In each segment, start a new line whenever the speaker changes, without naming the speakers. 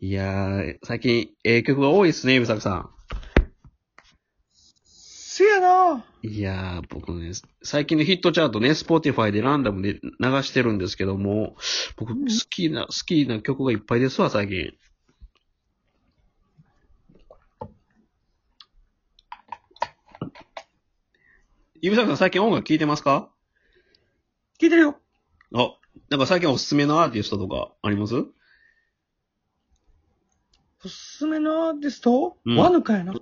いやー、最近、ええ曲が多いですね、ムサクさ。
せやなん
いやー、僕ね、最近のヒットチャートね、Spotify でランダムで流してるんですけども、僕、
うん
好きな、好きな曲がいっぱいですわ、最近。ムサクさん、最近音楽聴いてますか
聞いてるよ。
あ、なんか最近おすすめのアーティストとかあります
おすすめのアーティスト、
うん
ワヌカやな。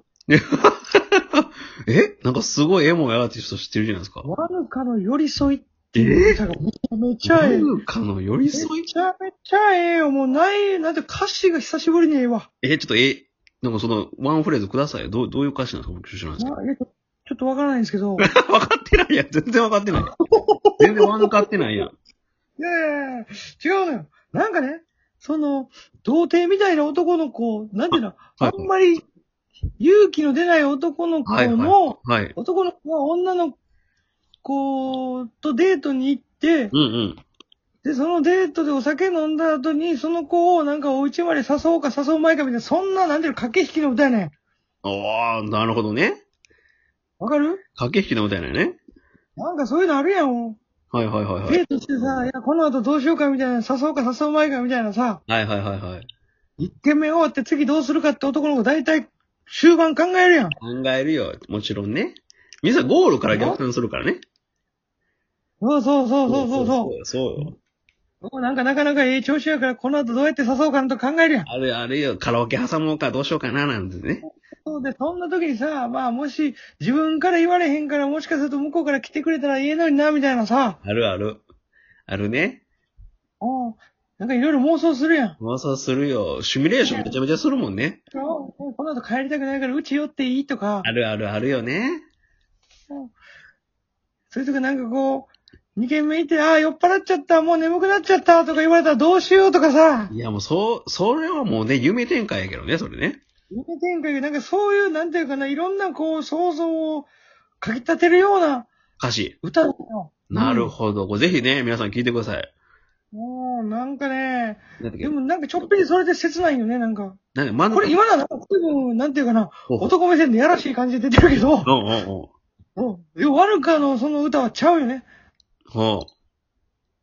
えなんかすごいエモいアーティスト知ってるじゃないですか。
ワヌカの寄り添いっ
え
ていう歌がめちゃめちゃええ。め
かの寄り
ち
添い
ゃめちゃええよ。もうない、なんて歌詞が久しぶりにええわ。
え、ちょっと、え、なんかその、ワンフレーズくださいよ。どう、どういう歌詞なんですか僕知らないです
なえっとちょっとわからないんです けど。い
けど。分かってないやん。全然分かって ない。全然分かってないやん。
やいやいや違うのよ。なんかね、その、童貞みたいな男の子、なんていうの、
は
あ
い
んまり勇気の出ない男の子の、
はいはいはい。
男の子が女の子とデートに行って、
うんうん。
で、そのデートでお酒飲んだ後に、その子をなんかお家まで誘おうか誘うまいかみたいな、そんな、なんていうの、駆け引きの歌やねん。
おー、なるほどね。
わかる
駆け引きのみたいなね。
なんかそういうのあるやん。
はいはいはいはい。
デートしてさ、いや、この後どうしようかみたいな、誘おうか誘うまいかみたいなさ、
はいはいはいはい。
一軒目終わって次どうするかって男の子大体終盤考えるやん。
考えるよ。もちろんね。みんなゴールから逆転するからね。
そうそうそうそうそうそう。
う。そうよ。
僕なんかなかなかええ調子やから、この後どうやって誘おうかなと考えるやん。
あるあるよ。カラオケ挟もうか、どうしようかな、なんてね。
そうで、そんな時にさ、まあもし自分から言われへんから、もしかすると向こうから来てくれたらええのにな、みたいなさ、
あるある。あるね。
うん。なんかいろいろ妄想するやん。
妄想するよ。シミュレーションめちゃめちゃするもんね。
この後帰りたくないからうち寄っていいとか
あ、るあるあるよね。
それとかなんかこう、二軒目行って、ああ、酔っ払っちゃった、もう眠くなっちゃったとか言われたらどうしようとかさ、
いや、もう、そう、それはもうね、夢展開やけどね、それね。
夢展開がなんかそういう、なんていうかな、いろんなこう、想像をかき立てるような
歌詞。
歌だよ。
なるほど。これぜひね、皆さん聞いてください。
もう、なんかね、
なんだっけ
でもなんかちょっぴりそれで切ないよね、なんか。
なんか、真ん
こ
中
れ今なら、多分、なんていうかな、
ほうほう
男目線でやらしい感じで出てるけど、
うんうんうん。
うん。でワルカのその歌はちゃうよね。
ほ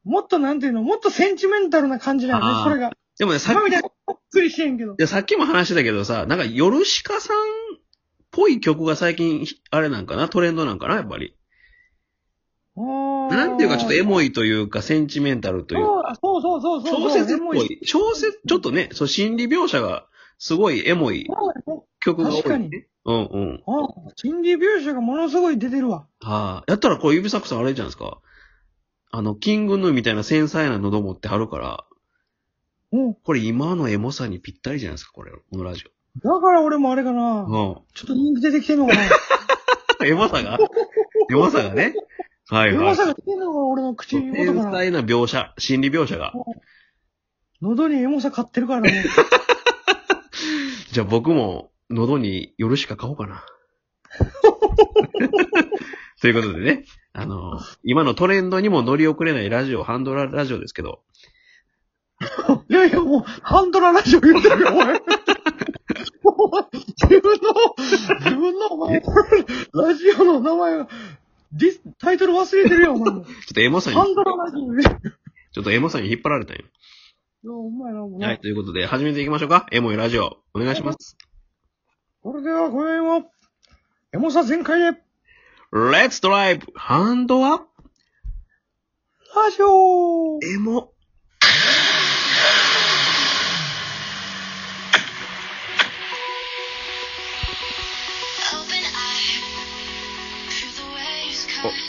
う。
もっとなんていうの、もっとセンチメンタルな感じだよ
あー
ね、それが。
でもね、さっ
今み
き、い
たいにこっくりしてんけど。
や、さっきも話してたけどさ、なんか、ヨルシカさんっぽい曲が最近、あれなんかなトレンドなんかなやっぱり。な
なん
ていうか、ちょっとエ
い
モいというか、センチメンタルというか
そうあそうそうそうそう。
小説っぽ
エモ
い。小説、ちょっとね、そう、心理描写が、すごいエモい
そうやね
曲が多い、ね。
確かに。
うんうん。
あ心理描写がものすごい出てるわ。
はあ。やったら、こう、指作さんあれじゃないですか。あの、キングヌーみたいな繊細な喉持ってはるから、
うん。
これ今のエモさにぴったりじゃないですか、これ、このラジ
だから俺もあれか
オ。
な。
う
ちょっと人気出てきてんのかな。
ん。エモさが エモさがね。はい
エ
は
モ
い。
さが出てんのかな、俺の口
繊
元から。
細な描写、心理描写が。
喉にエモさ買ってるからね。
じゃあ僕も、喉に夜しか買おうか な。ということでね、あの、今のトレンドにも乗り遅れないラジオ、ハンドララジオですけど、
いやいや、もう、ハンドララジオ言ってるよ、お 前。お前自分の、自分の、お前、ラジオの名前が、ディス、タイトル忘れてるよ、お前も。
ちょっとエモさに、
ハンドララジオ言ってる
ちょっとエモさに引っ張られたんよ。
よ。お前な、お前。
はい、ということで、始めていきましょうか。エモいラジオ、お願いします。
それでは、今宵も、エモさ全開で、ラ
Let's drive! ハンドアップ
ジオ
エモ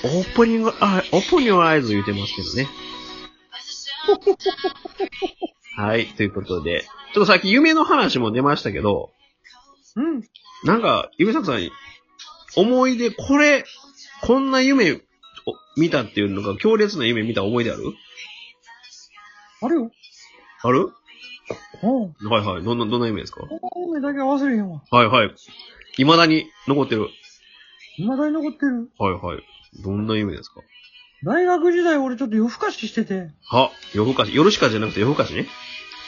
おオープニング、あ、オープニ ングアイズ言うてますけどね。はい、ということで、ちょっとさっき夢の話も出ましたけど、
うん。
なんか、指作さん、思い出、これ、こんな夢を見たっていうのが、強烈な夢見た思い出ある
あるよ。
ある
うん。
はいはい。どんな、どんな夢ですか
この夢だけは忘れへんわ。
はいはい。未だに残ってる。
未だに残ってる。
はいはい。どんな夢ですか
大学時代俺ちょっと夜更かししてて。
は、夜更かし、夜しかじゃなくて夜更かしね。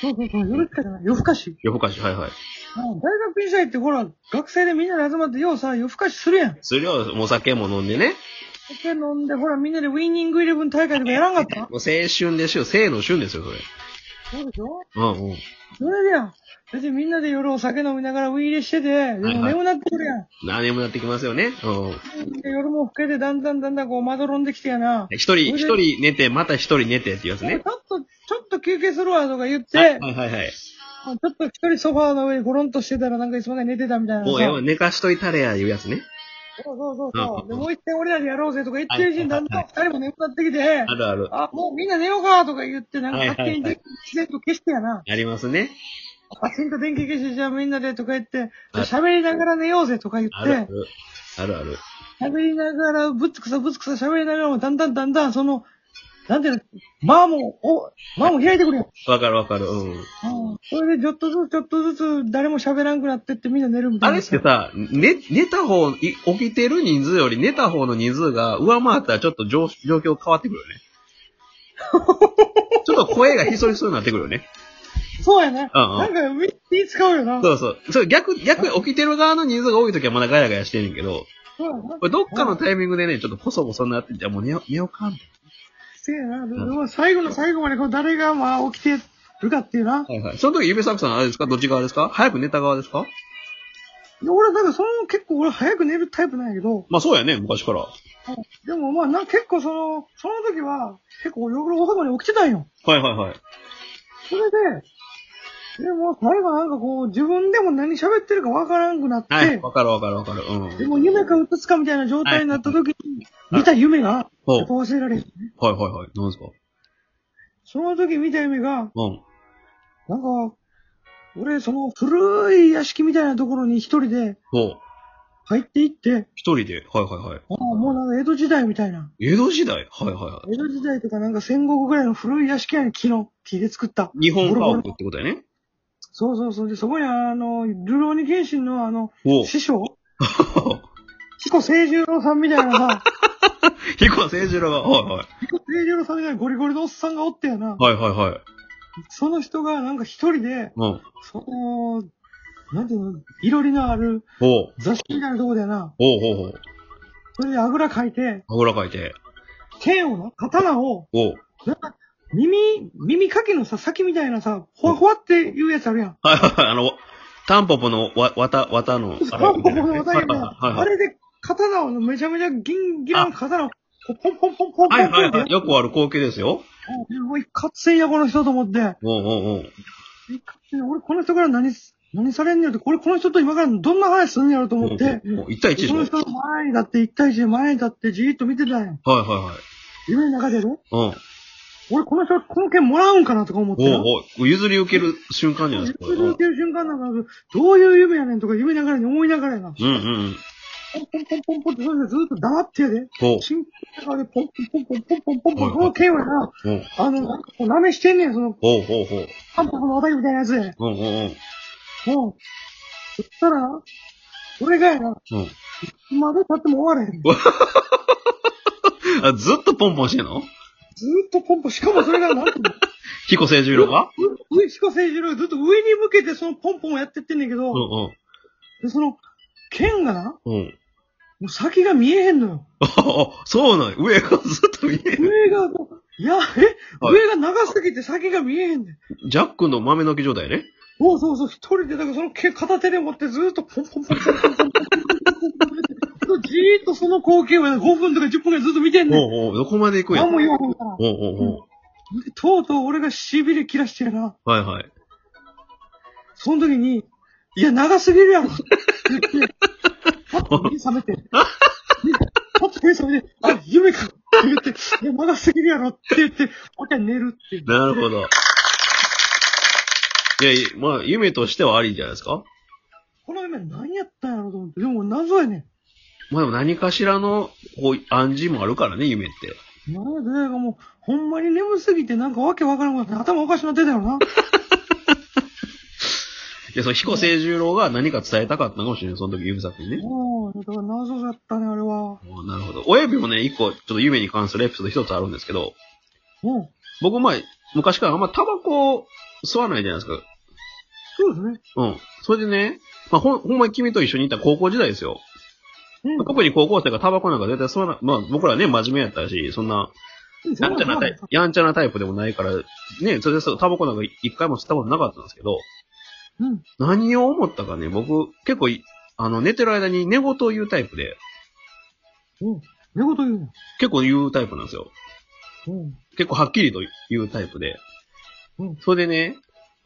そうそうそう、夜更かしじゃない、夜更かし。
夜更かし、はいはい。
うん大学時代ってほら、学生でみんなで集まって、ようさ、夜更かしするやん。
それはお酒も飲んでね。
酒飲んで、ほら、みんなでウィニングイレブン大会でもやらんかった
もう青春ですよ。生の旬ですよ、それ。
そうでしょ
うんうん。
それでやん。だってみんなで夜お酒飲みながらウィーレしてて、で
はい
も眠なってくるやん。
何もなってきますよね。うん。
で夜も更けて、だんだんだんだんこう、まどろんできてやな。
一人、一人寝て、また一人寝てっていうやつね
ち。ょっと、ちょっと休憩するわとか言って、
はいはいはいはい。
もうちょっと一人ソファーの上にゴロンとしてたらなんかいつも間に寝てたみたいなさ。
もうええわ寝かしといたれや、いうやつね。
そうそうそうそう。で、
うん
もう一回俺らでやろうぜとか言ってるうちにだんだん二人も眠くなってきて、
あるある。
あ、もうみんな寝ようかとか言って、なんか
はいはいはい
勝手に電気自然と消してやな。
ありますね。
パチンと電気消して、じゃあみんなでとか言って、
はい
喋りながら寝ようぜとか言
あるあ
って、
る。あるある。
喋りながら、ぶつくさぶつくさ喋りながらも、だんだんだんだん、その、なんていうの、間も、お、間も開いてくるやん。
わかるわかる。うん。
うんそれでちょっとずつちょっとずつ誰も喋らんくなってってみんな寝るみた
あ
いな。
れってさ、寝、寝た方、い起きてる人数より寝た方の人数が上回ったらちょっと状状況変わってくるよね。ちょっと声がひそひそになってくるよね。
そうやね。
うんうん
なんか、み気使うよな。
そうそう。そう、逆、逆に起きてる側の人数が多い時はまだガヤガヤしてんねんけど、
そうやな
こ。れどっかのタイミングでね、ちょっとこそこそになって、じゃあもう寝よ寝ようか。みたい
せやな。でも最後の最後までこう誰がまあ起きてるかっていう
な
な。
はいはい。その時、指作さんあれですかどっち側ですか早く寝た側ですか
いや俺、だからその結構俺早く寝るタイプなんやけど、
まあそうやね、昔から。は
でもまあな、結構その、その時は結構夜遅くまで起きてたんよ。
いはいはい。
それで、でも最後なんかこう自分でも何喋ってるかわからんくなって、
はい。わかるわかるわかる。う
で
ん。
も夢かうつつかみたいな状態になった時に、見た夢が、
ほう
やっぱ忘れられへん。
はいはいはい。何ですか
その時見た夢が、
うん。
なんか、俺、その古い屋敷みたいなところに一人で
ほう。
入っていって、
一人で。はいはいはい。
ああ、もうなんか江戸時代みたいな。
江戸時代はいはいは
江戸時代とかなんか戦国ぐらいの古い屋敷屋に木の木で作った。
い。日本家屋ってことやね。
そうそうそう。で、そこにあの、ルローニケンシンのあの、
おう。
師匠彦清十郎さんみたいなさ、
彦聖次郎が、はいはい。
彦清十郎さんみたいなゴリゴリのおっさんがおってやな。
はいはいはい。
その人がなんか一人で、
うん。
その、なんていうの、いろりのある
ほう。
座敷みたいなとこでな、
ほうほうほう。
それであぐらかいて、
あぐらかいて。
剣をな、刀を、
ほう。
なんか、耳、耳かきのさ、先みたいなさ、ほわほわっていうやつあるやん。
はいはいはい。あの、タンポポのわ、わた、わたの。あれ
そう、ここの綿
はいはい
あ
はい。
れで、刀をめちゃめちゃギンギラン刀を、ポンポンポンポンポンポ
は
ン
いはい
ポ
は
ンっ
い。
て。
よくある光景ですよ。
もう一括せんや、この人と思って。
おうおうおう。
一括せんや俺、この人から何す、何されんねやろって、これ、この人と今からどんな話すんねやろと思って、
もう一対一でし
こ
ょ。は
の
い
人の前に立って、一対一で前に立って、じーっと見てたんや。
は
夢の中でね。
いはい。
俺、この人、この剣もらうんかなとか思っ
う
て
ん。
な。
おうおう。譲り受ける瞬間じゃないですか。こ
ず
れ
っと
う
言
ん
ってる瞬間なんか、どういう夢やねんとか、夢ながらに思いながらやな。
うんうん。
ポンポンポンポンポンって、それでずっと黙ってやで。
ほう。
真剣ながらでポンポンポンポンポンポンポンポン、この剣はな、
ほう。
あの、なんかこう舐めしてんねん、その、
ほうほうほう。
韓国のおたけみたいなやつで。うん。
うんうんうん。
そしたらな、俺がやな、
うん。
まだ経っても終われへん。
あ、ずっとポンポンしてんの
ずっとポンポン、しかもそれがなんていうの
彦聖十郎が
う上、彦聖次郎がずっと上に向けてそのポンポンをやってってんねんけど、
うん
でその、剣がな、も
うん。うん。
う先が見えへんのよ。
あ、そうなんや上がずっと見える。
上が、いや、え、上が長すぎて先が見えへんねん。
ジャックの豆の木状態ね。
そうそうそう、一人で、だからその毛片手で持ってずーっとポンポンポンポンポンポンポンポンポン。じーっとその光景を5分とか10分ぐらいずっと見てんねん。
おうおう、どこまで行くんや
何も言わへんから。
おうおうおう。
でとうとう俺が痺れ切らしてやな。
はいはい。
その時に、いや、長すぎ るやろって言って、パッと目覚めて、パッと目覚めて、あ、夢かって言って、いや、長すぎるやろって言って、もう一回寝るっていう。
なるほど。いやいや、まあ、夢としてはありじゃないですか
この夢何やったんやろと思って、でも謎やねん。
まあでも何かしらの、こう、暗示もあるからね、夢って。
なんやで、なんかもう、ほんまに眠すぎて、なんかわけわからんくなって、頭おかしなってたよな。
いや、その彦聖十郎が何か伝えたかったのかもしれない、その時、指作にね。
もう、だから謎だったね、あれは。
おうなるほど。親指もね、一個、ちょっと夢に関するエピソード一つあるんですけど、
も
僕、まあ、昔からあんまタバコ吸わないじゃないですか。
そうですね。
うん。それでね、まあ、ほん、ほんまに君と一緒にいた高校時代ですよ。
うん。
特に高校生がタバコなんか絶対吸わない。まあ、僕らね、真面目やったし、そんな、やんちゃなタイプ、やんちゃなタイプでもないから、ね、それでそうタバコなんか一回も吸ったことなかったんですけど、
うん。
何を思ったかね、僕、結構い、あの、寝てる間に寝言を言うタイプで、
うん。寝言言うな。
結構言うタイプなんですよ。
うん。
結構はっきりと言うタイプで。
うん
それでね、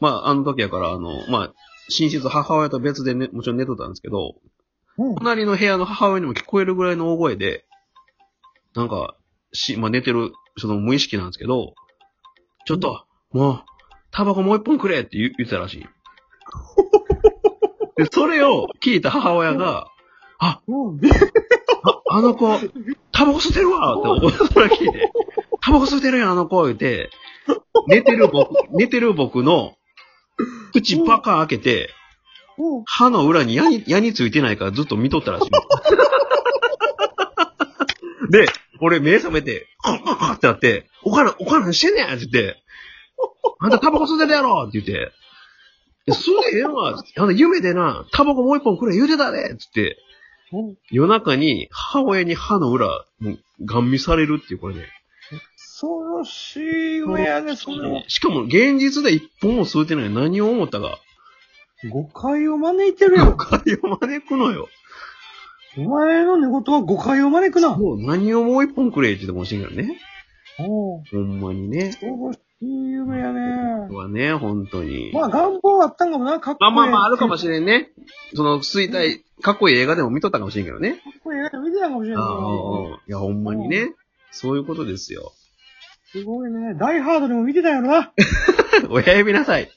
まあ、あの時やから、あの、まあ、寝室母親と別でね、もちろん寝てたんですけど、
うん。
隣の部屋の母親にも聞こえるぐらいの大声で、なんか、し、まあ、寝てる、その無意識なんですけど、ちょっと、もう、タバコもう一本くれって言言ってたらしい。で、それを聞いた母親が、
うん。
ああの子、タバコ吸ってるわって思ったら聞いて、タバコ吸ってるやん、あの子言って、寝てる僕、寝てる僕の、口パカ開けて、
うん。
歯の裏に矢に、矢についてないからずっと見とったらしい。で、俺目覚めて、カッカッカッってなって、おかん、おかん何してんねんって言って、あんたタバコ吸ってたやろって言って、で吸えへんわってあんた夢でな、タバコもう一本くれ言うてたでって言って、
うん。
夜中に母親に歯の裏、もうガン見されるっていう、これね。
恐ろしい親ですそれは。
しかも現実で一本も吸うてない何を思ったか、
誤解を招いてるや
誤
ん。
解を招くのよ。
お前の寝言は誤解を招くな。
もう何をもう一本くれって言っても欲しいからね。
おう
ほんまにね。
恐ろしい夢や
これ
ね。
はね、本当に。
まあ、願望あったんかもな。かっこ
ま
い
あ
い。
まあまあ、あるかも
し
しれんね。その、衰退、かっこいい映画でも見とったかもしれんけどね。
れない。かっこいい映画見てたかもしれ
ああ、
ない。
いや、ほんまにね。そういうことですよ。
すごいね。ダイハードでも見てたよな。
親指なさい。